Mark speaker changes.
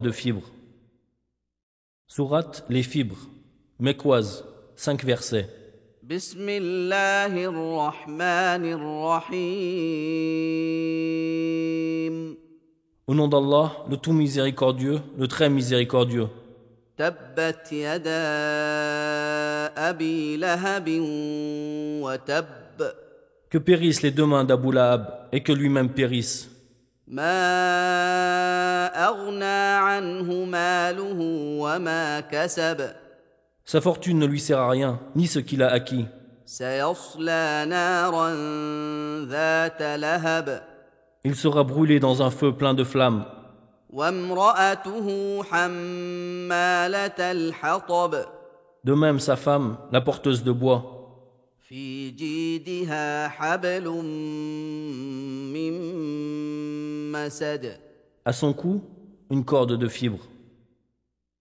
Speaker 1: de fibres. Sourate Les fibres. Mekwaz, 5 versets.
Speaker 2: بسم الله الرحمن الرحيم
Speaker 1: Au nom d'Allah, le tout miséricordieux, le très miséricordieux.
Speaker 2: تبت يدا ابي لهب وتب
Speaker 1: Que périssent les deux mains d'Abu Lahab et que lui-même périsse.
Speaker 2: ما اغنى عنه ماله وما كسب
Speaker 1: Sa fortune ne lui sert à rien, ni ce qu'il a acquis.
Speaker 2: سيصلى نارا ذات لهب
Speaker 1: Il sera brûlé dans un feu plein de flammes.
Speaker 2: وامراته حماله الحطب
Speaker 1: De même sa femme, la porteuse de bois.
Speaker 2: في جيدها حبل من مسد
Speaker 1: À son cou, une corde de fibres.